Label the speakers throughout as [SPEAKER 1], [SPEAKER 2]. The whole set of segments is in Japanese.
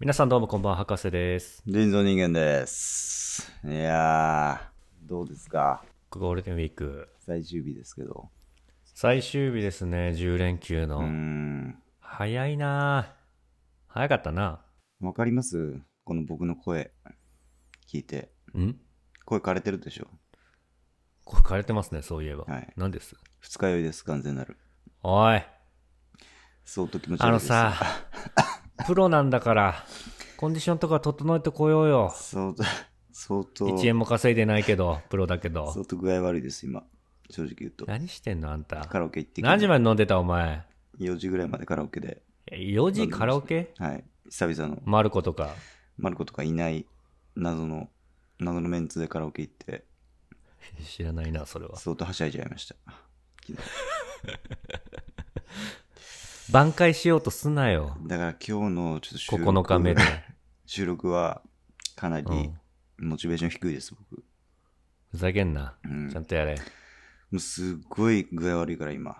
[SPEAKER 1] 皆さんどうもこんばんは、博士です。
[SPEAKER 2] 人造人間です。いやー、どうですか
[SPEAKER 1] ゴールデンウィーク。
[SPEAKER 2] 最終日ですけど。
[SPEAKER 1] 最終日ですね、10連休の。
[SPEAKER 2] うーん。
[SPEAKER 1] 早いなぁ早かったな
[SPEAKER 2] わかりますこの僕の声。聞いて。
[SPEAKER 1] ん
[SPEAKER 2] 声枯れてるでしょ
[SPEAKER 1] これ枯れてますね、そういえば。
[SPEAKER 2] はい
[SPEAKER 1] 何です
[SPEAKER 2] 二日酔いです、完全なる。
[SPEAKER 1] おい、
[SPEAKER 2] 相当気持ち悪いです。
[SPEAKER 1] あのさ、プロなんだから、コンディションとか整えてこようよ。
[SPEAKER 2] 相当、相当、
[SPEAKER 1] 1円も稼いでないけど、プロだけど。
[SPEAKER 2] 相当具合悪いです、今。正直言うと。
[SPEAKER 1] 何してんのあんた。
[SPEAKER 2] カラオケ行ってきて
[SPEAKER 1] 何時まで飲んでたお前。
[SPEAKER 2] 4時ぐらいまでカラオケで。
[SPEAKER 1] え4時カラオケ
[SPEAKER 2] はい。久々の、
[SPEAKER 1] マルコとか。
[SPEAKER 2] マルコとかいない謎の、謎のメンツでカラオケ行って、
[SPEAKER 1] 知らないな、それは。
[SPEAKER 2] 相当はしゃいじゃいました。昨日
[SPEAKER 1] 挽回しようとすなよ。
[SPEAKER 2] だから今日のちょっと収録
[SPEAKER 1] 9日目で。
[SPEAKER 2] 収録はかな
[SPEAKER 1] う
[SPEAKER 2] り
[SPEAKER 1] ん
[SPEAKER 2] モチベーション低いです、僕。
[SPEAKER 1] ふざけんな。
[SPEAKER 2] うん
[SPEAKER 1] ちゃんとやれ。
[SPEAKER 2] もうすっごい具合悪いから今。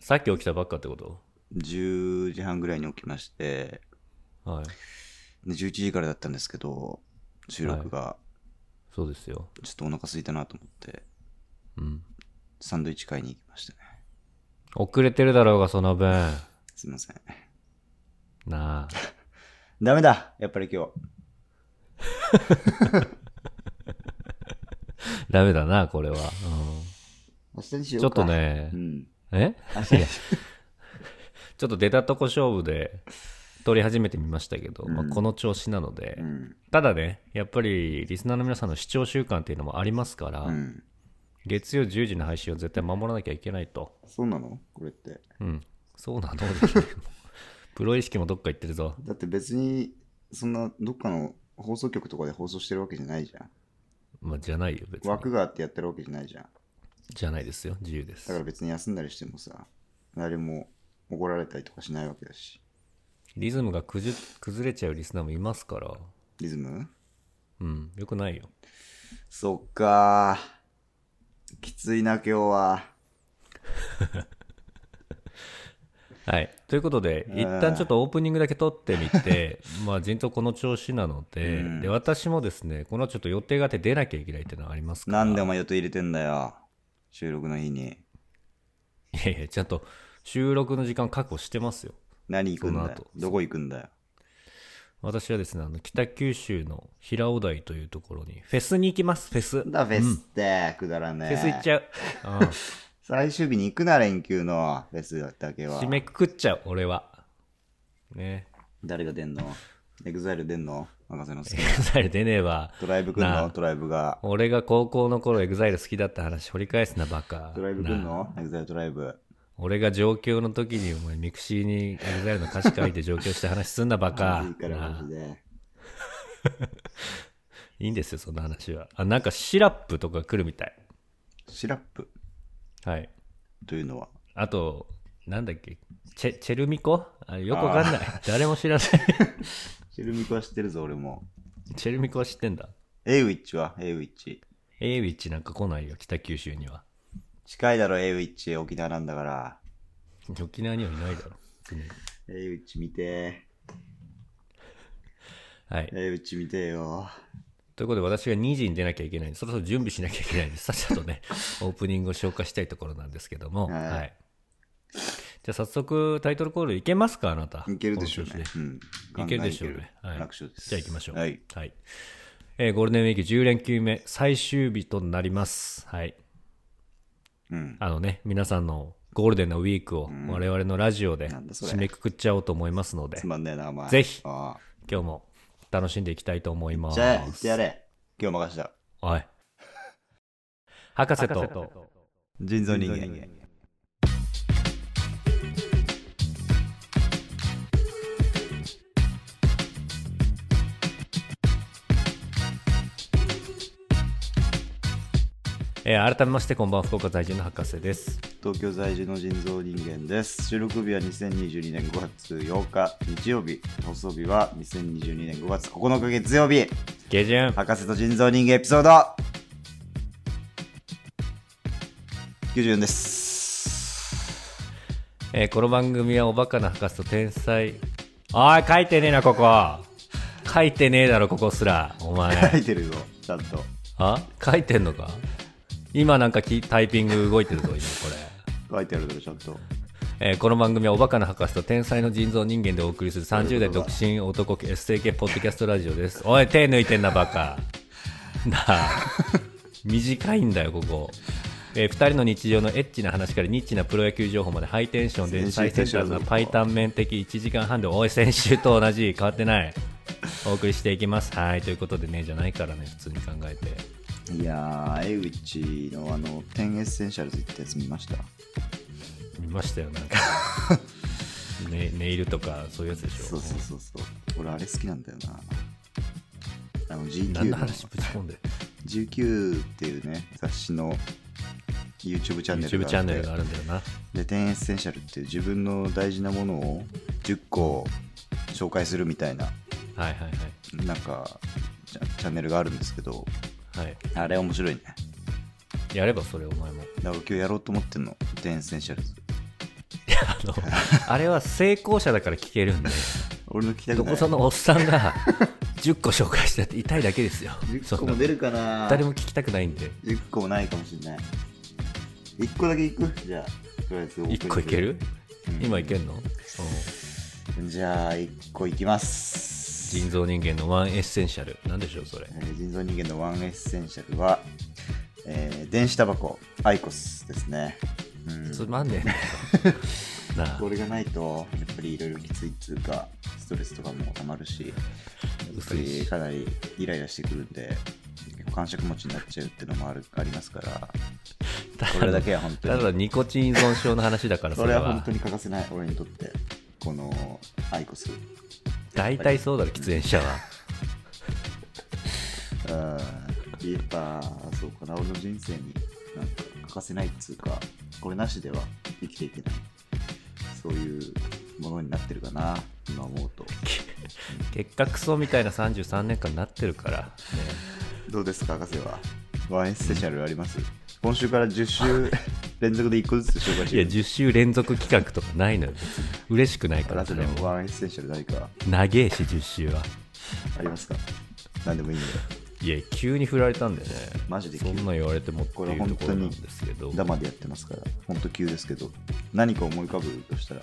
[SPEAKER 1] さっき起きたばっかってこと
[SPEAKER 2] 10時半ぐらいに起きまして、
[SPEAKER 1] はい。
[SPEAKER 2] で11時からだったんですけど、収録が
[SPEAKER 1] そうですよ。
[SPEAKER 2] ちょっとお腹空いたなと思って、
[SPEAKER 1] うん。
[SPEAKER 2] サンドイッチ買いに行きましたね。
[SPEAKER 1] 遅れてるだろうが、その分。
[SPEAKER 2] すいません。
[SPEAKER 1] なあ。
[SPEAKER 2] ダメだやっぱり今日。
[SPEAKER 1] ダメだな、これは。
[SPEAKER 2] 明日にし
[SPEAKER 1] うん、
[SPEAKER 2] よ
[SPEAKER 1] ちょ
[SPEAKER 2] う
[SPEAKER 1] っと。
[SPEAKER 2] か。
[SPEAKER 1] ね
[SPEAKER 2] う、ん。
[SPEAKER 1] え
[SPEAKER 2] 明日に
[SPEAKER 1] ちょっと出たとこ勝負で撮り始めてみましたけど、
[SPEAKER 2] うん
[SPEAKER 1] まあ、この調子なので、
[SPEAKER 2] うん。
[SPEAKER 1] ただね、やっぱりリスナーの皆さんの視聴習慣っていうのもありますから、
[SPEAKER 2] うん。
[SPEAKER 1] 月曜10時の配信を絶対守らなきゃいけないと。
[SPEAKER 2] そうなのこれって。
[SPEAKER 1] うん。そうなの もうプロ意識もどっか行ってるぞ。
[SPEAKER 2] だって別に、そんなどっかの放送局とかで放送してるわけじゃないじゃん。
[SPEAKER 1] まあ、じゃないよ、別に。
[SPEAKER 2] 枠があってやってるわけじゃないじゃん。
[SPEAKER 1] じゃないですよ、自由です。
[SPEAKER 2] だから別に休んだりしてもさ、誰も怒られたりとかしないわけだし。
[SPEAKER 1] リズムがくじゅ崩れちゃうリスナーもいますから、
[SPEAKER 2] リズム
[SPEAKER 1] うん、よくないよ。
[SPEAKER 2] そっかー。きついな、今日は。
[SPEAKER 1] はい。ということで、
[SPEAKER 2] うん
[SPEAKER 1] 一旦ちょっとオープニングだけ撮ってみ て、まあ、人とこの調子なので、
[SPEAKER 2] うん
[SPEAKER 1] で、私もですね、このちょっと予定があって出なきゃいけないっていうのはありますから。
[SPEAKER 2] なんでお前予定入れてんだよ。収録の日に。
[SPEAKER 1] いやいや、ちゃんと収録の時間確保してますよ。
[SPEAKER 2] 何行くんだ
[SPEAKER 1] その
[SPEAKER 2] よ
[SPEAKER 1] 後。
[SPEAKER 2] どこ行くんだよ。
[SPEAKER 1] 私はですね、あの、北九州の平尾台というところに、フェスに行きます、フェス。
[SPEAKER 2] なんだフェスって、くだらね
[SPEAKER 1] フ
[SPEAKER 2] え。
[SPEAKER 1] ェス行っちゃ う。うん
[SPEAKER 2] 最終日に行くな、連休のフェスだけは
[SPEAKER 1] 締。めくくっちゃう、俺は。ね。
[SPEAKER 2] 誰が出んのエグザイル出んの任せの好き
[SPEAKER 1] エ。グザイル出ねえわ。
[SPEAKER 2] トライブ来ん
[SPEAKER 1] な
[SPEAKER 2] の
[SPEAKER 1] あ
[SPEAKER 2] トライブが。
[SPEAKER 1] 俺が高校の頃エグザイル好きだった話掘り返すなバカ
[SPEAKER 2] トライブ来ん
[SPEAKER 1] なあ
[SPEAKER 2] のエグザイルトライブ。
[SPEAKER 1] 俺が上京の時にお前ミクシーにエグザイルの歌詞書いて上京した話すんなバカ
[SPEAKER 2] いいから、
[SPEAKER 1] な
[SPEAKER 2] マ
[SPEAKER 1] あ
[SPEAKER 2] ジで。
[SPEAKER 1] いいんですよそんな話はあなんかシラップとか来るみたい
[SPEAKER 2] シラップ
[SPEAKER 1] はい
[SPEAKER 2] というのは。
[SPEAKER 1] あとなんだっけチェチェルミコあよくわかんない誰も知らない
[SPEAKER 2] シェルミコは知ってるぞ、俺も。
[SPEAKER 1] チェルミコは知ってんだ
[SPEAKER 2] エイウィッチは、エイウィッチ。
[SPEAKER 1] エイウィッチなんか来ないよ北九州には
[SPEAKER 2] 近いだろ、エイウィッチ、沖縄なんだから。
[SPEAKER 1] 沖縄にはいないだろ別に
[SPEAKER 2] エイウィッチ見て。
[SPEAKER 1] はい
[SPEAKER 2] エイウィッチ見てよ。
[SPEAKER 1] ということで私が2時に出なきゃいけないんでそろそろ準備しなきゃいけないんでさっさと ねオープニングを消化したいところなんですけども、は
[SPEAKER 2] はいい
[SPEAKER 1] じゃあ早速タイトルコールいけますかあなた
[SPEAKER 2] いけるでしょう
[SPEAKER 1] この
[SPEAKER 2] ね
[SPEAKER 1] 調子。
[SPEAKER 2] うん。
[SPEAKER 1] いけるでしょうね
[SPEAKER 2] ガ
[SPEAKER 1] は
[SPEAKER 2] ンガンいける
[SPEAKER 1] い
[SPEAKER 2] 楽勝です。
[SPEAKER 1] じゃあ行きましょう
[SPEAKER 2] はい。
[SPEAKER 1] はいえーゴールデンウィーク10連休目最終日となりますはい
[SPEAKER 2] うん。
[SPEAKER 1] あのね皆さんのゴールデンのウィークを我々のラジオで
[SPEAKER 2] なんだそれ
[SPEAKER 1] 締めくくっちゃおうと思いますので、
[SPEAKER 2] つまんねえな、お前。
[SPEAKER 1] ぜひ
[SPEAKER 2] ああ
[SPEAKER 1] 今日も楽しんでいきたいと思います
[SPEAKER 2] じゃあ、行ってやれ。今日任せた。
[SPEAKER 1] はい博士と
[SPEAKER 2] 人造人間。
[SPEAKER 1] えー改めましてこんばんは福岡在住の博士です
[SPEAKER 2] 東京在住の人造人間です。収録日は2022年5月8日日曜日。放送日は2022年5月9日月曜日。
[SPEAKER 1] 下旬
[SPEAKER 2] 博士と人造人間エピソード94です。
[SPEAKER 1] えーこの番組はおバカな博士と天才おい書いてねえなここ書いてねえだろここすらお
[SPEAKER 2] 書
[SPEAKER 1] 前
[SPEAKER 2] いてるよちゃんと
[SPEAKER 1] あ書いてんのか今なんかきタイピング動いてるぞ今こ
[SPEAKER 2] 書いてあるだろちゃんと
[SPEAKER 1] れ、えーこの番組はおバカな博士と天才の人造人間でお送りする30代独身男 SK 系ポッドキャストラジオですおい手抜いてんなバカなあ短いんだよここえー、2人の日常のエッチな話からニッチなプロ野球情報までハイテンションで最
[SPEAKER 2] 先週
[SPEAKER 1] 先端なパイタン面的1時間半でおい先週と同じ変わってないお送りしていきますはいということでねじゃないからね普通に考えて
[SPEAKER 2] いやー、江口のあの、テンエッセンシャルズってやつ見ました
[SPEAKER 1] 見ましたよなんか、 ね、ネイルとかそういうやつでしょ
[SPEAKER 2] そうそうそうそう。俺、あれ好きなんだよな。あの、
[SPEAKER 1] 何
[SPEAKER 2] GQ
[SPEAKER 1] の
[SPEAKER 2] の、
[SPEAKER 1] 話ぶち込んで
[SPEAKER 2] GQ っていうね、雑誌の YouTube チャンネル
[SPEAKER 1] YouTube チ
[SPEAKER 2] が
[SPEAKER 1] ャ
[SPEAKER 2] あっ
[SPEAKER 1] ンネ
[SPEAKER 2] て
[SPEAKER 1] ルがあるんだよな
[SPEAKER 2] で、テンエッセンシャルっていう自分の大事なものを10個紹介するみたいな、
[SPEAKER 1] はいはい
[SPEAKER 2] なんか、チャチャンネルがあるんですけど、
[SPEAKER 1] はいはい
[SPEAKER 2] あれ面白いね。
[SPEAKER 1] やればそれお前も
[SPEAKER 2] だから今日やろうと思ってんの、テンエッセンシャルズ。
[SPEAKER 1] あ のあれは成功者だから聞けるんで
[SPEAKER 2] 俺の聞きたく
[SPEAKER 1] ど
[SPEAKER 2] ない
[SPEAKER 1] こ。そのおっさんが10個紹介したって痛いだけですよそ
[SPEAKER 2] 10
[SPEAKER 1] ん
[SPEAKER 2] 個
[SPEAKER 1] な
[SPEAKER 2] も出るかな
[SPEAKER 1] 誰も聞きたくないんで
[SPEAKER 2] 1個もないかもしれない1個だけいくじゃあとりあえずオープニング
[SPEAKER 1] 1個いける
[SPEAKER 2] うん
[SPEAKER 1] 今いけんのうん
[SPEAKER 2] じゃあ1個いきます
[SPEAKER 1] 人造人間のワンエッセンシャルなんでしょうそれ
[SPEAKER 2] えー人造人間のワンエッセンシャルは、えー電子タバコアイコスですね、うん、
[SPEAKER 1] つまんねえななあ
[SPEAKER 2] これがないとやっぱりいろいろきついっつうかストレスとかもたまるしやっぱ
[SPEAKER 1] 薄い
[SPEAKER 2] り
[SPEAKER 1] し
[SPEAKER 2] かなりイライラしてくるんで感触持ちになっちゃうっていうのもあるあります からこれだけは本当
[SPEAKER 1] た
[SPEAKER 2] に
[SPEAKER 1] だニコチン依存症の話だから
[SPEAKER 2] そ
[SPEAKER 1] そ
[SPEAKER 2] れ
[SPEAKER 1] れ
[SPEAKER 2] は本
[SPEAKER 1] は
[SPEAKER 2] 当に欠かせない俺にとってこのアイコス
[SPEAKER 1] 大体そうだろ喫煙者は
[SPEAKER 2] うんやっぱそうかな俺の人生になんか欠かせないっつうかこれなしでは生きていけないそういうものになってるかな今思うと
[SPEAKER 1] 結果クソみたいな33年間になってるから、ね、
[SPEAKER 2] どうですか博士はワンエッセンシャルあります今週から10週連続で1個ずつ紹介
[SPEAKER 1] い
[SPEAKER 2] して
[SPEAKER 1] や
[SPEAKER 2] る
[SPEAKER 1] 10週連続企画とかないのよ別に嬉しくないからそ
[SPEAKER 2] 博士
[SPEAKER 1] れ
[SPEAKER 2] の
[SPEAKER 1] も
[SPEAKER 2] ワンエッセンシャル何か
[SPEAKER 1] 長えし10週は
[SPEAKER 2] ありますか何でもいいんだよ
[SPEAKER 1] いや急に振られたんでね
[SPEAKER 2] マジで急
[SPEAKER 1] そんなん言われてもって
[SPEAKER 2] これ
[SPEAKER 1] い
[SPEAKER 2] 本
[SPEAKER 1] うとこ
[SPEAKER 2] 当
[SPEAKER 1] ろなん
[SPEAKER 2] に
[SPEAKER 1] ですけど
[SPEAKER 2] ダマでやってますから本当急ですけど何か思い浮かぶとしたら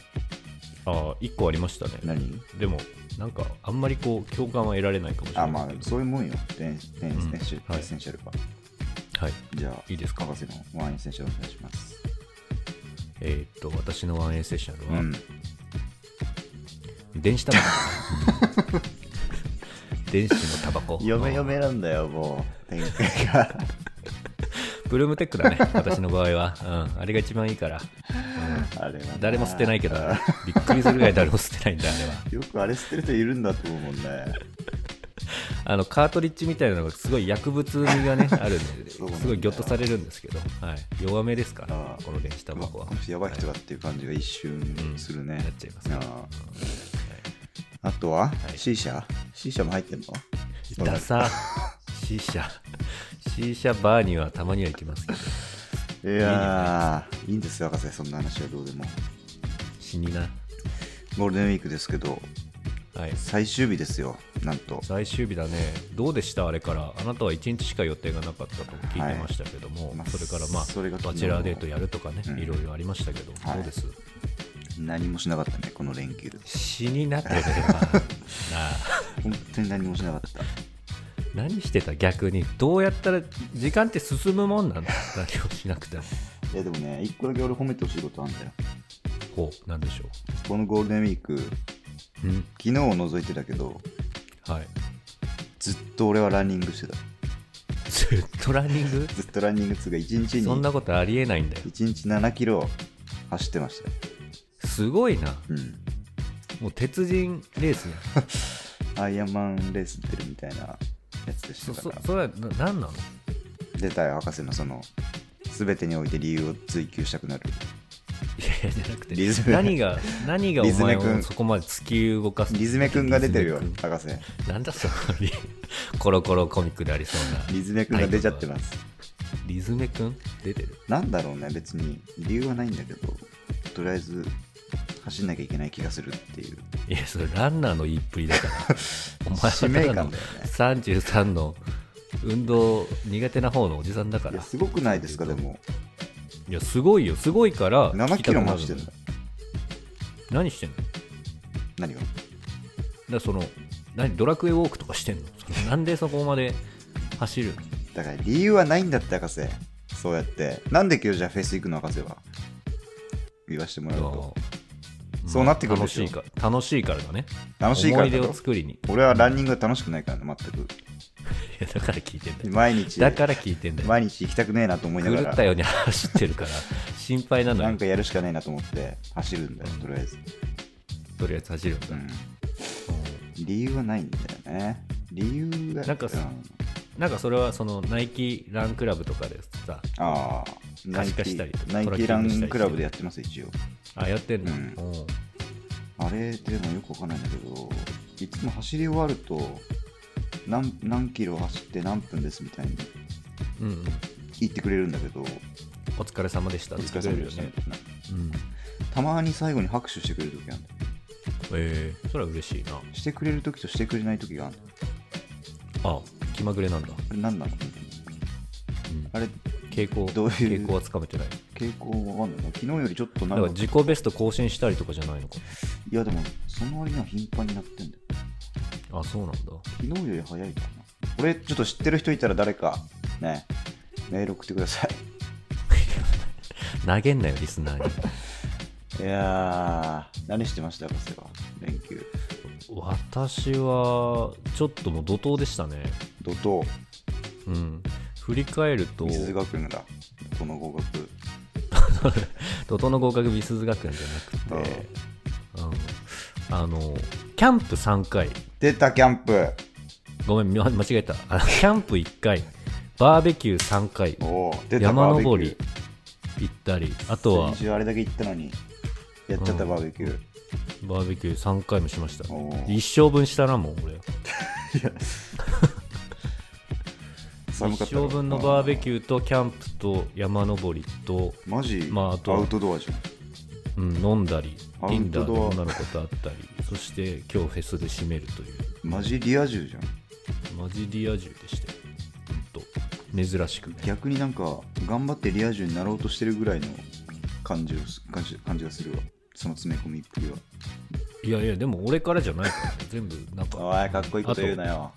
[SPEAKER 1] ああ1個ありましたね
[SPEAKER 2] 何
[SPEAKER 1] でもなんかあんまりこう共感は得られないかもしれな
[SPEAKER 2] あ
[SPEAKER 1] い
[SPEAKER 2] まあ
[SPEAKER 1] けど
[SPEAKER 2] そういうもんよ電ン電
[SPEAKER 1] うん
[SPEAKER 2] エッセンシャル
[SPEAKER 1] はい
[SPEAKER 2] エッセンシャルは
[SPEAKER 1] はい
[SPEAKER 2] じゃあ
[SPEAKER 1] いいですか
[SPEAKER 2] 博士のワンエッセンシャルお願いします
[SPEAKER 1] えーっと私のワンエッセンシャル
[SPEAKER 2] う
[SPEAKER 1] は、
[SPEAKER 2] ん
[SPEAKER 1] 電子タバ コ電子のタバコ
[SPEAKER 2] 嫁嫁なんだよも う展開が
[SPEAKER 1] ブルームテックだね、私の場合は。うん、あれが一番いいから。
[SPEAKER 2] あれはな
[SPEAKER 1] 誰も捨てないけど、びっくりするぐらい誰も捨てないんだ、あれは。
[SPEAKER 2] よくあれ捨てる人いるんだと思うもんね
[SPEAKER 1] あの、カートリッジみたいなのがすごい薬物味がね、あるんで、す
[SPEAKER 2] そうなんだよ
[SPEAKER 1] ごいギョッとされるんですけど、はい、弱めですか
[SPEAKER 2] あ
[SPEAKER 1] ら
[SPEAKER 2] あ、
[SPEAKER 1] この電子タバコは
[SPEAKER 2] こ。の人やばい人だっていう感じが一瞬するね
[SPEAKER 1] なっちゃいますね
[SPEAKER 2] あーあとは、
[SPEAKER 1] い
[SPEAKER 2] C 社 C 社も入ってんの
[SPEAKER 1] ダサ、シーシャ、シーシャバーにはたまには行きますけど、
[SPEAKER 2] いやーいいんですよ博士そんな話はどうでも
[SPEAKER 1] 死にな。
[SPEAKER 2] ゴールデンウィークですけど
[SPEAKER 1] はい。
[SPEAKER 2] 最終日ですよなんと
[SPEAKER 1] 最終日だね、どうでした、あれから、あなたは1日しか予定がなかったと聞いてましたけども、
[SPEAKER 2] はいまあ
[SPEAKER 1] それから、まあ、
[SPEAKER 2] それが昨
[SPEAKER 1] バ
[SPEAKER 2] 日
[SPEAKER 1] チェラーデートやるとかね、
[SPEAKER 2] うん
[SPEAKER 1] いろいろありましたけど、
[SPEAKER 2] はい
[SPEAKER 1] どうです
[SPEAKER 2] 何もしなかったねこの連休
[SPEAKER 1] 死になって ればなあ
[SPEAKER 2] 本当に何もしなかった
[SPEAKER 1] 何してた、逆に、どうやったら時間って進むもんなの、 何をしなくても。
[SPEAKER 2] いやでもね一個だけ俺褒めてほしいことあんだよ
[SPEAKER 1] ほう、なんでしょ
[SPEAKER 2] このゴールデンウィーク昨
[SPEAKER 1] う。うん、
[SPEAKER 2] 日を除いてだけど
[SPEAKER 1] はい。
[SPEAKER 2] ずっと俺はランニングしてた
[SPEAKER 1] ずっとランニング
[SPEAKER 2] ずっとランニングっつうか一日に
[SPEAKER 1] そん
[SPEAKER 2] 1
[SPEAKER 1] なことありえないんだよ。
[SPEAKER 2] 日7キロ走ってましたよ
[SPEAKER 1] すごいな、
[SPEAKER 2] うん
[SPEAKER 1] もう鉄人レースね。
[SPEAKER 2] アイアンマンレース出るみたいなやつでし
[SPEAKER 1] そ、
[SPEAKER 2] たか
[SPEAKER 1] そ
[SPEAKER 2] ら、
[SPEAKER 1] それはな何なの
[SPEAKER 2] 出たよ博士のその全てにおいて理由を追求したくなる
[SPEAKER 1] いやいやじゃなくて
[SPEAKER 2] リズム
[SPEAKER 1] 何が何がお
[SPEAKER 2] リズ
[SPEAKER 1] 前
[SPEAKER 2] ム君
[SPEAKER 1] をそこまで突き動かす
[SPEAKER 2] リズメくんが出てるよ
[SPEAKER 1] リズメ
[SPEAKER 2] 博士
[SPEAKER 1] 君なんだそのリ コロコロコミックでありそうな
[SPEAKER 2] リズメくんが出ちゃってますす
[SPEAKER 1] リズメ君出てる
[SPEAKER 2] なんだろうね別に理由はないんだけどとりあえず走んなきゃいけない気がするっていう
[SPEAKER 1] いやそれランナーの言いっぷりだからお前
[SPEAKER 2] 使命感だよね
[SPEAKER 1] 33の運動苦手な方のおじさんだか
[SPEAKER 2] いや
[SPEAKER 1] ら
[SPEAKER 2] すごくないですかでも
[SPEAKER 1] いやすごいよすごいから
[SPEAKER 2] 7キロも走ってん
[SPEAKER 1] 聞き
[SPEAKER 2] だ
[SPEAKER 1] たくなるの何してんのだか
[SPEAKER 2] 何が
[SPEAKER 1] らその何ドラクエウォークとかしてんのそのなんでそこまで走るの
[SPEAKER 2] だから理由はないんだって博士そうやってなんで今日じゃあフェス行くの博士は言わしてもらうと
[SPEAKER 1] いや
[SPEAKER 2] そうなってくるで
[SPEAKER 1] 楽
[SPEAKER 2] しょ
[SPEAKER 1] しいから楽しいからだね
[SPEAKER 2] 楽しいから
[SPEAKER 1] 思い
[SPEAKER 2] だ
[SPEAKER 1] 出を
[SPEAKER 2] ろ
[SPEAKER 1] 作りにい
[SPEAKER 2] 俺はランニングが楽しくないからね全
[SPEAKER 1] やだから聞いてんだ
[SPEAKER 2] く
[SPEAKER 1] よ
[SPEAKER 2] 毎日
[SPEAKER 1] だから聞いてんだよ
[SPEAKER 2] 毎日行きたくねえなと思いな
[SPEAKER 1] 狂っ
[SPEAKER 2] が
[SPEAKER 1] た
[SPEAKER 2] ら
[SPEAKER 1] ように走ってるから心配なの
[SPEAKER 2] なん
[SPEAKER 1] よ
[SPEAKER 2] かやるしかねえなと思って走るんだよとりあえず、
[SPEAKER 1] とりあえず走るんだ、
[SPEAKER 2] うん、
[SPEAKER 1] う
[SPEAKER 2] 理由はないんだよね理由が
[SPEAKER 1] なんかさ
[SPEAKER 2] うん
[SPEAKER 1] んなんかそれはそのナイキランクラブとかでさ
[SPEAKER 2] ああナ
[SPEAKER 1] 可
[SPEAKER 2] イ
[SPEAKER 1] 視化
[SPEAKER 2] キ
[SPEAKER 1] したり
[SPEAKER 2] ナイ
[SPEAKER 1] トラッキ
[SPEAKER 2] キ
[SPEAKER 1] ングした
[SPEAKER 2] ラ
[SPEAKER 1] りして
[SPEAKER 2] ンクラブでやってます一応
[SPEAKER 1] あやってんの、
[SPEAKER 2] うん
[SPEAKER 1] うん
[SPEAKER 2] あれでもよくわかんないんだけどいつも走り終わると何何キロ走って何分ですみたいに
[SPEAKER 1] うんうん
[SPEAKER 2] 言ってくれるんだけど
[SPEAKER 1] お疲れ様でした
[SPEAKER 2] お
[SPEAKER 1] って
[SPEAKER 2] 疲れ
[SPEAKER 1] 言ってく
[SPEAKER 2] 様でし
[SPEAKER 1] れ
[SPEAKER 2] た、
[SPEAKER 1] るよね、うん、
[SPEAKER 2] たまに最後に拍手してくれる時あるんだよ
[SPEAKER 1] えー、それは嬉しいな
[SPEAKER 2] してくれる時としてくれない時があるんだよ
[SPEAKER 1] あ気まぐれなんだ、
[SPEAKER 2] あれ何なの
[SPEAKER 1] うん、
[SPEAKER 2] あれ
[SPEAKER 1] 傾向
[SPEAKER 2] どういう
[SPEAKER 1] 傾向はつかめてない
[SPEAKER 2] 傾向わかんないな昨日よりちょっと
[SPEAKER 1] だ
[SPEAKER 2] な
[SPEAKER 1] か
[SPEAKER 2] ん
[SPEAKER 1] ら
[SPEAKER 2] か
[SPEAKER 1] 自己ベスト更新したりとかじゃないのか
[SPEAKER 2] いやでもその割には頻繁になってんだよ
[SPEAKER 1] あそうなんだ
[SPEAKER 2] 昨日より早いかなこれちょっと知ってる人いたら誰かねメール送ってください
[SPEAKER 1] 投げんなよリスナーに
[SPEAKER 2] いやー、何してました、博士は。連休。
[SPEAKER 1] 私はちょっともう怒涛でしたね
[SPEAKER 2] 怒涛、
[SPEAKER 1] うん振り返ると
[SPEAKER 2] 美鈴学園だ。この合格。
[SPEAKER 1] 怒涛の合格美鈴学園じゃなくてうんあのキャンプ3回
[SPEAKER 2] 出た、キャンプ。
[SPEAKER 1] ごめんみ間違えたあキャンプ1回バーベキュー3回
[SPEAKER 2] おー出た、
[SPEAKER 1] 山
[SPEAKER 2] バーベキュー
[SPEAKER 1] 登り。行ったりあとは
[SPEAKER 2] 先週あれだけ行ったのに、やっちゃった、
[SPEAKER 1] うん
[SPEAKER 2] バーベキュー。
[SPEAKER 1] バーベキュー3回もしました
[SPEAKER 2] おー
[SPEAKER 1] 一生分したなもう俺
[SPEAKER 2] 寒か
[SPEAKER 1] 一
[SPEAKER 2] ったろ。
[SPEAKER 1] 生分のバーベ
[SPEAKER 2] ュー。
[SPEAKER 1] キューとキャンプと山登りと、
[SPEAKER 2] マジ、
[SPEAKER 1] まああとは
[SPEAKER 2] アウトドアじゃん。
[SPEAKER 1] うん、飲んだり
[SPEAKER 2] アウトドア
[SPEAKER 1] Tinder で女の子と会ったりそして今日フェスで締めるという
[SPEAKER 2] マジリア充じゃん。
[SPEAKER 1] マジリア充でしたよほんと珍しくね
[SPEAKER 2] 逆になんか、頑張ってリア充になろうとしてるぐらいの感じをす感じ感じがするわ。その詰め込みっぷりは。
[SPEAKER 1] いやいやでも俺からじゃないから、ね、全部なんか
[SPEAKER 2] おい、かっこいいこと言うなよ。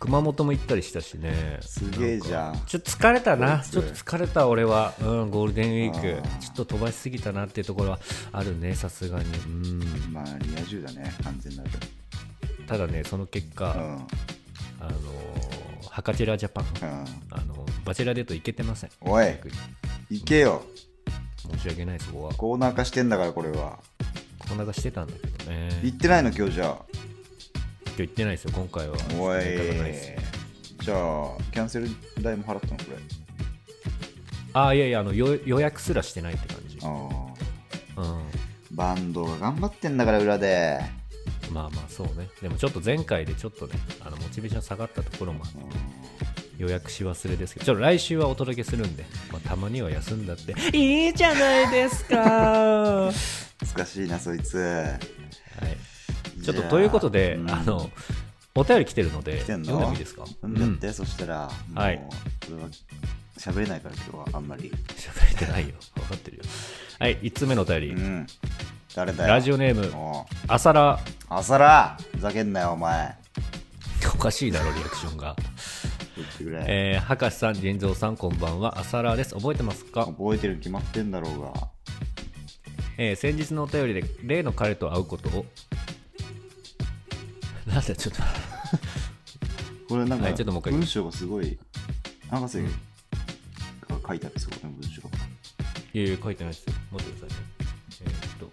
[SPEAKER 1] 熊本も行ったりしたしね
[SPEAKER 2] すげえじゃん
[SPEAKER 1] なかちょっと疲れた
[SPEAKER 2] こ
[SPEAKER 1] ない
[SPEAKER 2] つ
[SPEAKER 1] ちょっと疲れた俺は、うん、ゴールデンウィー
[SPEAKER 2] あー
[SPEAKER 1] クちょっと飛ばしすぎたなっていうところはあるねさすがにうん
[SPEAKER 2] まあ、リア充だね、完全なる。
[SPEAKER 1] ただねその結
[SPEAKER 2] う
[SPEAKER 1] 果、
[SPEAKER 2] ん。うん
[SPEAKER 1] あのーハカチェラジャパンあのーバチェラデート行けてません
[SPEAKER 2] おい
[SPEAKER 1] 逆に
[SPEAKER 2] 行けよ
[SPEAKER 1] 申し訳ないそこは
[SPEAKER 2] コーナー化してんだからこれは
[SPEAKER 1] こんながしてたんだけどね
[SPEAKER 2] 行ってないの今日じゃあ
[SPEAKER 1] 今日行ってないですよ今回は
[SPEAKER 2] おい
[SPEAKER 1] 時間がないです
[SPEAKER 2] じゃあキャンセル代も払ったのこれ
[SPEAKER 1] あーいやいやあのよ予約すらしてないって感じうん
[SPEAKER 2] ああバンドが頑張ってんだから裏で
[SPEAKER 1] まあまあそうねでもちょっと前回でちょっとねあのモチベーション下がったところもあって予約し忘れですけどちょっと来週はお届けするんで、まあ、たまには休んだっていいじゃないですかは
[SPEAKER 2] 難しいなそいつ
[SPEAKER 1] いちょっとということで、
[SPEAKER 2] うん
[SPEAKER 1] あのお便り来てるので
[SPEAKER 2] 来てんの
[SPEAKER 1] 読んでもいいですか
[SPEAKER 2] 飲んじゃって、そしたらもう
[SPEAKER 1] はい
[SPEAKER 2] 俺は喋れないから今日はあんまり
[SPEAKER 1] 喋れてないよ分かってるよはい1つ目のお便り、
[SPEAKER 2] うん誰だよ
[SPEAKER 1] ラジオネーム
[SPEAKER 2] もう
[SPEAKER 1] あさら
[SPEAKER 2] 朝らふざけんなよお前
[SPEAKER 1] おかしいだろリアクションが、
[SPEAKER 2] 言ってくれ、
[SPEAKER 1] えー、博士さん仁蔵さんこんばんはあさらです覚えてますか
[SPEAKER 2] 覚えてるに決まってんだろうが
[SPEAKER 1] えー先日のお便りで例の彼と会うことをなんだちょっと
[SPEAKER 2] これなんか
[SPEAKER 1] はいちょっともう一回
[SPEAKER 2] 文章がすごい博士が書いたんですよ、この文章が
[SPEAKER 1] いやいや書いてないですよ持ってくださいねえーっとこ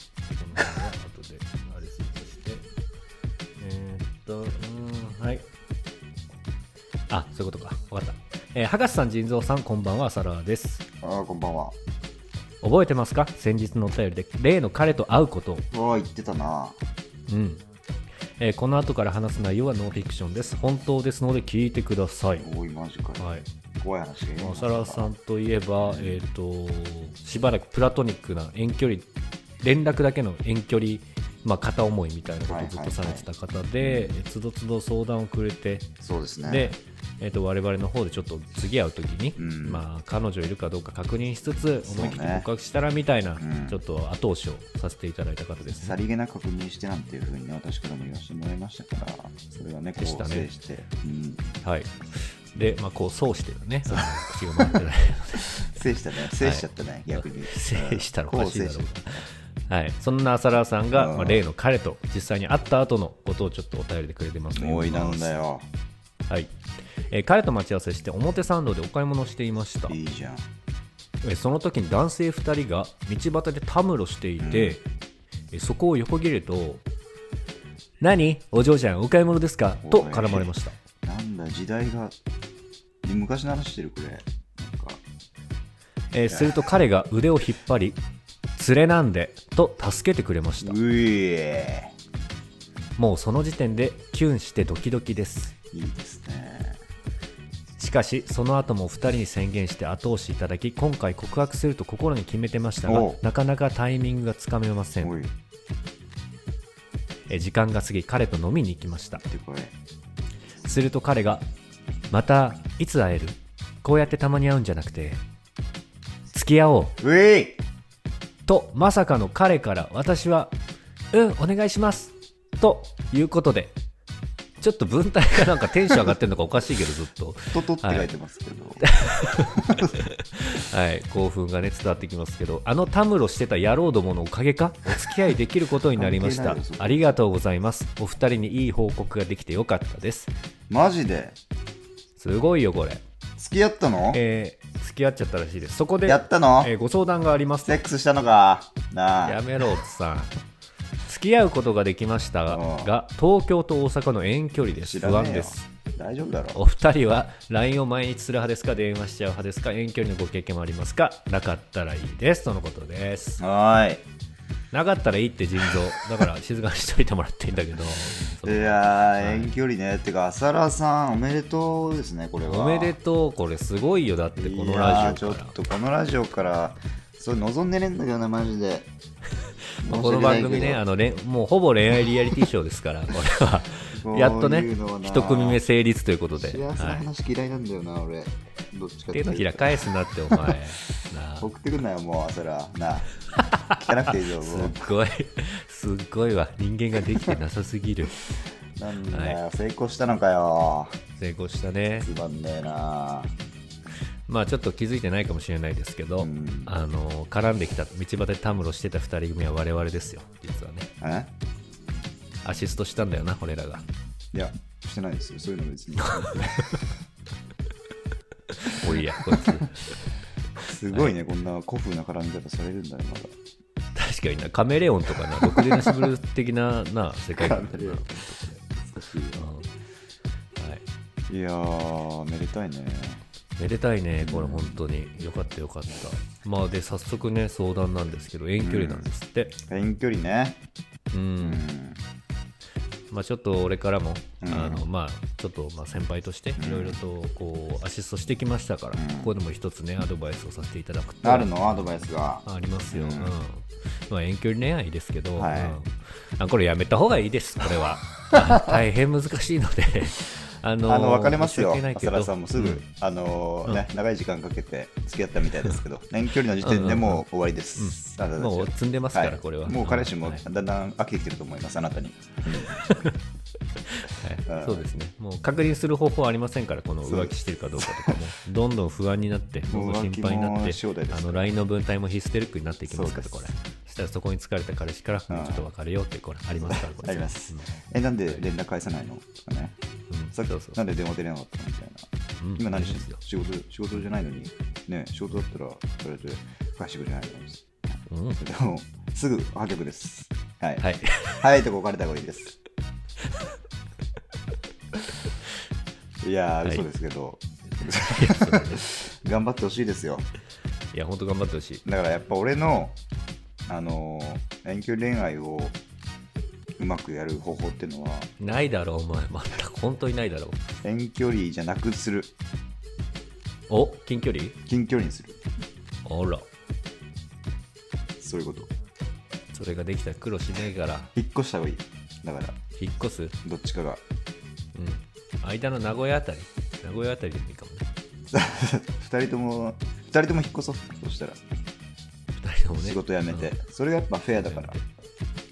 [SPEAKER 1] の辺は後であれするとしてえーっとうーんはいあそういうことか分かった、えー、博士さん仁蔵さんこんばんはサラです
[SPEAKER 2] ああこんばんは
[SPEAKER 1] 覚えてますか先日のお便りで例の彼と会うことを
[SPEAKER 2] わあ言ってたな
[SPEAKER 1] うん、えーこの後から話す内容はノンフィクションです本当ですので聞いてください
[SPEAKER 2] おいマジかよ、
[SPEAKER 1] はい
[SPEAKER 2] 怖い話が
[SPEAKER 1] ま
[SPEAKER 2] 今
[SPEAKER 1] あサラさんといえば、えー、としばらくプラトニックな遠距離連絡だけの遠距離まあ、片思いみたいなこと
[SPEAKER 2] はい
[SPEAKER 1] を
[SPEAKER 2] はい
[SPEAKER 1] ず
[SPEAKER 2] は
[SPEAKER 1] っ
[SPEAKER 2] い
[SPEAKER 1] とされてた方で、えつどつど相談をくれて、
[SPEAKER 2] そうですね。
[SPEAKER 1] で、えっと我々の方でちょっと次会う時に、
[SPEAKER 2] うん
[SPEAKER 1] まあ、彼女いるかどうか確認しつつ
[SPEAKER 2] そうね
[SPEAKER 1] 思い切って告白したらみたいな、
[SPEAKER 2] うん
[SPEAKER 1] ちょっと後押しをさせていただいた方です
[SPEAKER 2] さ
[SPEAKER 1] ね。
[SPEAKER 2] りげな確認してなんていうふうにね私からも言わせてもらいましたから、それはね、こ
[SPEAKER 1] でした
[SPEAKER 2] う、
[SPEAKER 1] ね
[SPEAKER 2] 制して、うん、
[SPEAKER 1] はい、で、まあ、こうそうしてるね 口が回ってない
[SPEAKER 2] 制したね、制しちゃったね、逆に。
[SPEAKER 1] 制したらお
[SPEAKER 2] こ
[SPEAKER 1] か
[SPEAKER 2] う
[SPEAKER 1] しいだ
[SPEAKER 2] 制
[SPEAKER 1] ろ
[SPEAKER 2] し
[SPEAKER 1] う
[SPEAKER 2] ちゃっ
[SPEAKER 1] はい、そんな浅田さんが、
[SPEAKER 2] うん
[SPEAKER 1] まあ、例の彼と実際に会った後のことをちょっとお便りでくれてます
[SPEAKER 2] た
[SPEAKER 1] ので
[SPEAKER 2] もういなんだよ。
[SPEAKER 1] はいえー彼と待ち合わせして表参道でお買い物をしていました
[SPEAKER 2] いいじゃん。
[SPEAKER 1] えーその時に男性2人が道端でたむろしていて、
[SPEAKER 2] うん
[SPEAKER 1] えーそこを横切ると「何お嬢ちゃんお買い物ですか?」と絡まれま した
[SPEAKER 2] なんだ、時代が、昔の話してる、これ。なんか、
[SPEAKER 1] えーすると彼が腕を引っ張り「連れなんで」と助けてくれました
[SPEAKER 2] うえ
[SPEAKER 1] もうその時点でキュンしてドキドキです
[SPEAKER 2] ーいいですね。
[SPEAKER 1] しかしその後も2人に宣言して後押しいただき今回告白すると心に決めてましたが
[SPEAKER 2] おう
[SPEAKER 1] なかなかタイミングがつかめませ
[SPEAKER 2] お
[SPEAKER 1] ん
[SPEAKER 2] い、
[SPEAKER 1] えー時間が過ぎ彼と飲みに行きました
[SPEAKER 2] でこれ。
[SPEAKER 1] すると彼が「またいつ会えるこうやってたまに会うんじゃなくて付き合おう
[SPEAKER 2] うえ」
[SPEAKER 1] とまさかの彼から私は「うんお願いします」ということでちょっと文体がなんかテンション上がってるのかおかしいけどずっと、
[SPEAKER 2] いととって書いてますけ ど。
[SPEAKER 1] はい、興奮がね伝わってきますけどあのたむろしてた野郎どものおかげかお付き合いできることになりまし
[SPEAKER 2] 関係
[SPEAKER 1] た
[SPEAKER 2] ないよそこ
[SPEAKER 1] ありがとうございますお二人にいい報告ができてよかったです
[SPEAKER 2] マジです
[SPEAKER 1] ごいよこれ
[SPEAKER 2] 付き合ったの
[SPEAKER 1] えー付き合っちゃったらしいです。そこで、
[SPEAKER 2] やったの
[SPEAKER 1] えーご相談があります
[SPEAKER 2] セックスしたのかなあ。
[SPEAKER 1] やめろ、おっさん。付き合うことができましたが
[SPEAKER 2] うん
[SPEAKER 1] が東京と大阪の遠距離です。
[SPEAKER 2] 知ら
[SPEAKER 1] 不
[SPEAKER 2] ねえ
[SPEAKER 1] 安
[SPEAKER 2] よ
[SPEAKER 1] です。
[SPEAKER 2] 大丈夫だろ
[SPEAKER 1] お二人は LINE を毎日する派ですか、電話しちゃう派ですか、遠距離のご経験もありますか、なかったらいいです。とのことです。
[SPEAKER 2] はーい
[SPEAKER 1] なかったらいいって腎臓。だから静かにしといてもらっていいんだけど。そ
[SPEAKER 2] い
[SPEAKER 1] の
[SPEAKER 2] やー遠距離ねてか浅田さんおめでとうですねこれは
[SPEAKER 1] おめでとう、これすごいよ。だってこのラジ
[SPEAKER 2] い
[SPEAKER 1] オ
[SPEAKER 2] やー
[SPEAKER 1] か
[SPEAKER 2] ちょ
[SPEAKER 1] ら
[SPEAKER 2] っ。とこのラジオからそれ望んでねえんだけどなマジで
[SPEAKER 1] ま あこの番組ね、あ
[SPEAKER 2] の
[SPEAKER 1] のね、もうほぼ恋愛リアリティショーですから、これは。やっとね、一組目成立ということで。
[SPEAKER 2] 幸せな
[SPEAKER 1] はい。
[SPEAKER 2] 話嫌いなんだよな、俺どっちかってい
[SPEAKER 1] 手
[SPEAKER 2] うと
[SPEAKER 1] のひら返すなって、お 前。なあ
[SPEAKER 2] 送ってくんなよもう浅田なあ聞かなくてい いぞ
[SPEAKER 1] す
[SPEAKER 2] も
[SPEAKER 1] っごい、すっごいわ。人間ができてなさすぎる。
[SPEAKER 2] うなんだよ、成功したのかよ
[SPEAKER 1] 成功したね。
[SPEAKER 2] つまんねえな
[SPEAKER 1] まあちょっと気づいてないかもしれないですけど、
[SPEAKER 2] うん
[SPEAKER 1] あの、絡んできた、道端でたむろしてた二人組は我々ですよ、実はね。
[SPEAKER 2] え
[SPEAKER 1] アシストしたんだよな、俺らが。
[SPEAKER 2] いやしてないですよそういうの別 に
[SPEAKER 1] おいや、こいつ。
[SPEAKER 2] すごいね、こんな古風な絡み方されるんだねまだ
[SPEAKER 1] 確かにな、カメレオンとかな、ろくでなしブルー的な、な、世界観だよなうんはい。
[SPEAKER 2] いやー、めでたいね。
[SPEAKER 1] めでたいね、これ本当に。よかったよかった。まあで、早速ね、相談なんですけど、遠距離なんですって。
[SPEAKER 2] 遠距離ね。
[SPEAKER 1] うん。
[SPEAKER 2] うん。
[SPEAKER 1] まあちょっと俺からも、
[SPEAKER 2] うん
[SPEAKER 1] あの、まあちょっと、まあ先輩として、いろいろと、こう、アシストしてきましたから、
[SPEAKER 2] うん
[SPEAKER 1] ここでも一つね、アドバイスをさせていただくと。
[SPEAKER 2] あるのアドバイスが。
[SPEAKER 1] ありますよ。
[SPEAKER 2] う
[SPEAKER 1] うんん。まあ遠距離恋愛ですけど、
[SPEAKER 2] はい
[SPEAKER 1] うんあこれやめた方がいいです、これ は。あ大変難しいので、 あの
[SPEAKER 2] あの、分かれますよ
[SPEAKER 1] 申し訳ない。け
[SPEAKER 2] 浅
[SPEAKER 1] ど
[SPEAKER 2] 田さんもすぐ、
[SPEAKER 1] うん
[SPEAKER 2] あのーね、長い時間かけて付き合ったみた いですけど、遠距離の時点でもう終わりです。あなたたちは
[SPEAKER 1] もう積んでますから
[SPEAKER 2] い
[SPEAKER 1] これは
[SPEAKER 2] もう彼氏も
[SPEAKER 1] はい
[SPEAKER 2] だんだん飽きてきてると思います、あなたに。
[SPEAKER 1] はい、
[SPEAKER 2] うん
[SPEAKER 1] そうですね、もう確認する方法ありませんから、この浮気してるかどうかとかも、どんどん不安になって、
[SPEAKER 2] もう
[SPEAKER 1] もう心配になっ
[SPEAKER 2] 浮気
[SPEAKER 1] て
[SPEAKER 2] も正代です、
[SPEAKER 1] あの LINE の文体もヒステリックになっていきますから、
[SPEAKER 2] そ
[SPEAKER 1] こ
[SPEAKER 2] うで
[SPEAKER 1] れ
[SPEAKER 2] す、
[SPEAKER 1] そしたらそこに疲れた彼氏から、
[SPEAKER 2] うん
[SPEAKER 1] もうちょっと別れようって、これ、ありますから、これ、
[SPEAKER 2] あります
[SPEAKER 1] うん。
[SPEAKER 2] え、なんで連絡返さないのとかね。
[SPEAKER 1] うん
[SPEAKER 2] さっき
[SPEAKER 1] そうそう
[SPEAKER 2] なんで電話出れなかったのみたいな。
[SPEAKER 1] うん
[SPEAKER 2] 今何して
[SPEAKER 1] で
[SPEAKER 2] るん
[SPEAKER 1] す
[SPEAKER 2] で
[SPEAKER 1] よ、
[SPEAKER 2] すか仕事仕事じゃないのに、ね、仕事だったら、それで返してくれないの
[SPEAKER 1] うん、は
[SPEAKER 2] でも、すぐ破局です。はい。
[SPEAKER 1] い、
[SPEAKER 2] はい、とこ置かれた方がいいです。 いやー、
[SPEAKER 1] はい
[SPEAKER 2] 嘘ですけど、
[SPEAKER 1] いやそうね
[SPEAKER 2] 頑張ってほしいですよ。
[SPEAKER 1] いや、本当頑張ってほしい、
[SPEAKER 2] だからやっぱ俺の、あのー遠距離恋愛をうまくやる方法っていうのは、
[SPEAKER 1] ないだろう、お前、また本当にないだろう、
[SPEAKER 2] 遠距離じゃなくする、
[SPEAKER 1] お近距離
[SPEAKER 2] 近距離にする。
[SPEAKER 1] あら、
[SPEAKER 2] そういうこと。
[SPEAKER 1] そそれができたら苦労しないから
[SPEAKER 2] 引っ越した方がいい。だから、
[SPEAKER 1] 引っ越すうん
[SPEAKER 2] どっちかが。
[SPEAKER 1] 間の名古屋あたり名古屋あたりでもいいかもね
[SPEAKER 2] 二人とも、二人とも引っ越そう。そしたら、
[SPEAKER 1] 二人ともね
[SPEAKER 2] 仕事辞めて
[SPEAKER 1] うん。
[SPEAKER 2] それがやっぱフェアだから。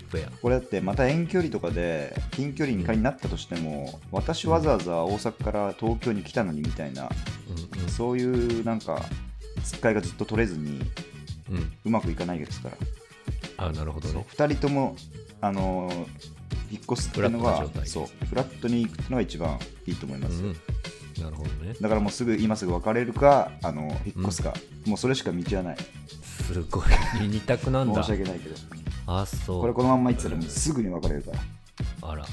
[SPEAKER 1] フェア
[SPEAKER 2] これだってまた遠距離とかで近距離に仮になったとしても私わざわざ大阪から東京に来たのにみたいな
[SPEAKER 1] う
[SPEAKER 2] そういうなんかつっかいがずっと取れず
[SPEAKER 1] んう
[SPEAKER 2] に
[SPEAKER 1] んうん
[SPEAKER 2] うまくいかないですから
[SPEAKER 1] あなるほどね
[SPEAKER 2] 2人ともあのー引っ越すっていうの
[SPEAKER 1] フラットな
[SPEAKER 2] が
[SPEAKER 1] 状態
[SPEAKER 2] そうフラットに行くっていうのが一番いいと思いま
[SPEAKER 1] う
[SPEAKER 2] す、
[SPEAKER 1] んなるほどね
[SPEAKER 2] だからもうすぐ今すぐ別れるかあの引っ越すか、もうそれしか道はない
[SPEAKER 1] すごい 二択なん
[SPEAKER 2] 申
[SPEAKER 1] だ
[SPEAKER 2] し訳ないけど
[SPEAKER 1] あそう
[SPEAKER 2] これこのまんまいってたらもうすぐに別れるから
[SPEAKER 1] あら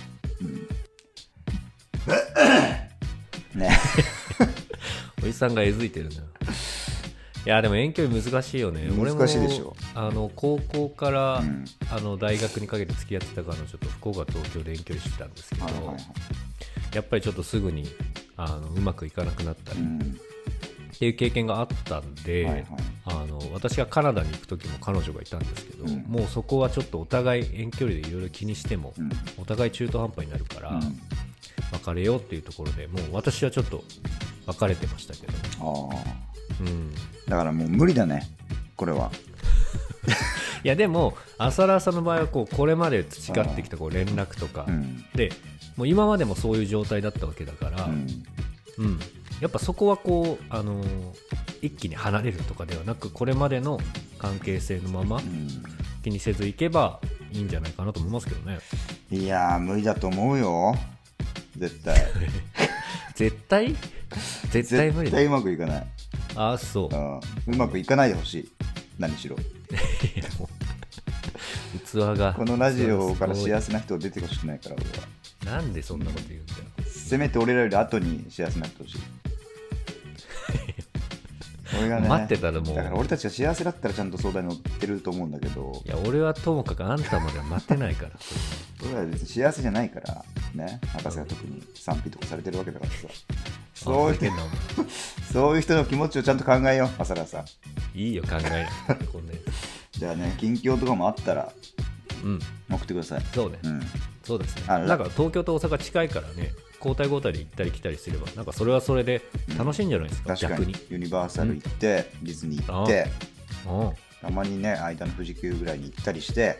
[SPEAKER 2] ね
[SPEAKER 1] おじさんがえずいてるないやでも遠距離難しいよね俺も
[SPEAKER 2] 難しいでしょ
[SPEAKER 1] あの高校から、
[SPEAKER 2] うん
[SPEAKER 1] あの大学にかけて付き合ってたからちょっと福岡東京で遠距離してたんですけど、
[SPEAKER 2] はいはいはい
[SPEAKER 1] やっぱりちょっとすぐにあのうまくいかなくなった
[SPEAKER 2] う
[SPEAKER 1] り
[SPEAKER 2] ん
[SPEAKER 1] っていう経験があったんで、
[SPEAKER 2] はいはい
[SPEAKER 1] あの私がカナダに行く時も彼女がいたんですけど、
[SPEAKER 2] うん
[SPEAKER 1] もうそこはちょっとお互い遠距離でいろいろ気にしても、
[SPEAKER 2] うん
[SPEAKER 1] お互い中途半端になるから、
[SPEAKER 2] うん
[SPEAKER 1] 別れようっていうところでもう私はちょっと別れてましたけど、
[SPEAKER 2] あ
[SPEAKER 1] うん、
[SPEAKER 2] あだからもう無理だねこれはい
[SPEAKER 1] やでも浅田さんの場合はこうこれまで培ってきたこう連絡とか、
[SPEAKER 2] うん
[SPEAKER 1] でもう今までもそういう状態だったわけだから、
[SPEAKER 2] う
[SPEAKER 1] うん
[SPEAKER 2] ん
[SPEAKER 1] やっぱそこはこう、あのー一気に離れるとかではなくこれまでの関係性のまま
[SPEAKER 2] う
[SPEAKER 1] 気にせずいけばいいんじゃないかなと思いますけどね
[SPEAKER 2] んいやー無理だと思うよ絶対
[SPEAKER 1] 絶対絶対無理
[SPEAKER 2] 絶
[SPEAKER 1] だ
[SPEAKER 2] 対うまくいかない
[SPEAKER 1] ああそう
[SPEAKER 2] うんうまくいかないでほしい何しろ
[SPEAKER 1] いやもう器が
[SPEAKER 2] このラジオから幸
[SPEAKER 1] せ
[SPEAKER 2] せな人出てほしくないから俺は
[SPEAKER 1] なんでそんなこと言うんだよ
[SPEAKER 2] せめて俺らより後に幸せになって ほしい俺がね
[SPEAKER 1] 待ってたらもう
[SPEAKER 2] だから俺たちが幸せだったらちゃんと相談に乗ってると思うんだけど
[SPEAKER 1] いや俺はともかくあんたまでは待てないから
[SPEAKER 2] 俺らは別に幸せじゃないからね博士が特に賛否とかされてるわけだからさそういう
[SPEAKER 1] け
[SPEAKER 2] 人
[SPEAKER 1] んなお前
[SPEAKER 2] そういう人の気持ちをちゃんと考えよう浅田さん
[SPEAKER 1] いいよ考えなこんなや
[SPEAKER 2] じゃあね近況とかもあったら
[SPEAKER 1] つうん
[SPEAKER 2] 送ってください
[SPEAKER 1] そうね、
[SPEAKER 2] うん
[SPEAKER 1] そうですね
[SPEAKER 2] あら
[SPEAKER 1] なんか東京と大阪近いからね交代交代で行ったり来たりすればなんかそれはそれで楽しいんじゃないですか、
[SPEAKER 2] 確か
[SPEAKER 1] 逆に
[SPEAKER 2] にユニバーサル行って、ディズニー行って
[SPEAKER 1] おう
[SPEAKER 2] たまにね間の富士急ぐらいに行ったりして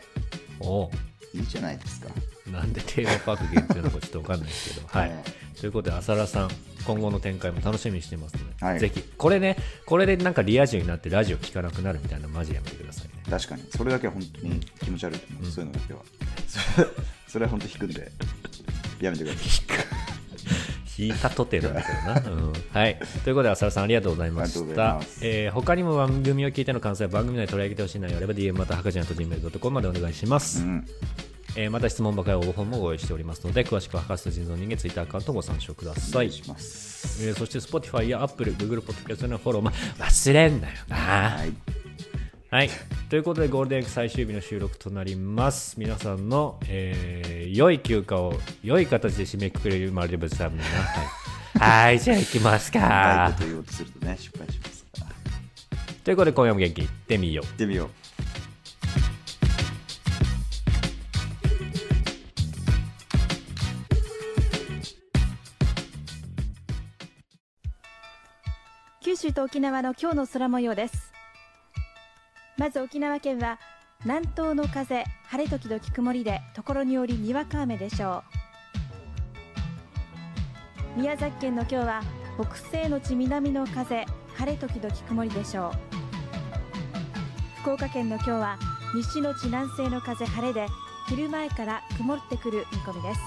[SPEAKER 1] お
[SPEAKER 2] いいじゃないですか
[SPEAKER 1] うなんでテーマパーク限定なのかちょっと分かんないですけどはい、
[SPEAKER 2] ね
[SPEAKER 1] ということで浅田さん今後の展開も楽しみにしてますので、
[SPEAKER 2] はい
[SPEAKER 1] ぜひこれねこれでなんかリア充になってラジオ聞かなくなるみたいなのマジやめてくださいね
[SPEAKER 2] 確かにそれだけは本当に気持ち悪いと思う、
[SPEAKER 1] うん
[SPEAKER 2] そういうのだけはそれ それは本当引くんでやめてくだ さい
[SPEAKER 1] 引いたとてなんだけ どな、うんはい。ということで、浅田さんありがとうございま
[SPEAKER 2] あり
[SPEAKER 1] し
[SPEAKER 2] がと
[SPEAKER 1] た
[SPEAKER 2] うございます。
[SPEAKER 1] えー他にも番組を聞いての感想や番組内で取り上げてほしい内容があれば、DM またはかじなと gmail.com までお願いします。
[SPEAKER 2] うん
[SPEAKER 1] えーまた質問ばかり応募本もご用意しておりますので、詳しくは博士と人造人間ツイッターアカウントをご参照くだ
[SPEAKER 2] お
[SPEAKER 1] さ
[SPEAKER 2] 願
[SPEAKER 1] い
[SPEAKER 2] い。します
[SPEAKER 1] えーそして、Spotify や Apple、Google Podcast のフォローも忘れんなよな。
[SPEAKER 2] はい
[SPEAKER 1] はい。ということで、ゴールデンウィーク最終日の収録となります。皆さんの、えー良い休暇を、良い形で締めくくれるまでぶさみな。はい。は い、じゃあ行きます
[SPEAKER 2] バイ
[SPEAKER 1] か
[SPEAKER 2] ト。と言おうとするとね失敗しますから行
[SPEAKER 1] ということで、今夜も元気にいってみよう。
[SPEAKER 2] ってみよう
[SPEAKER 3] 九州と沖縄の今日の空模様ですまず沖縄県は南東の風晴れ時々曇りでところによりにわか雨でしょう宮崎県の今日は北西の地南の風晴れ時々曇りでしょう福岡県の今日は西の地南西の風晴れで昼前から曇ってくる見込みです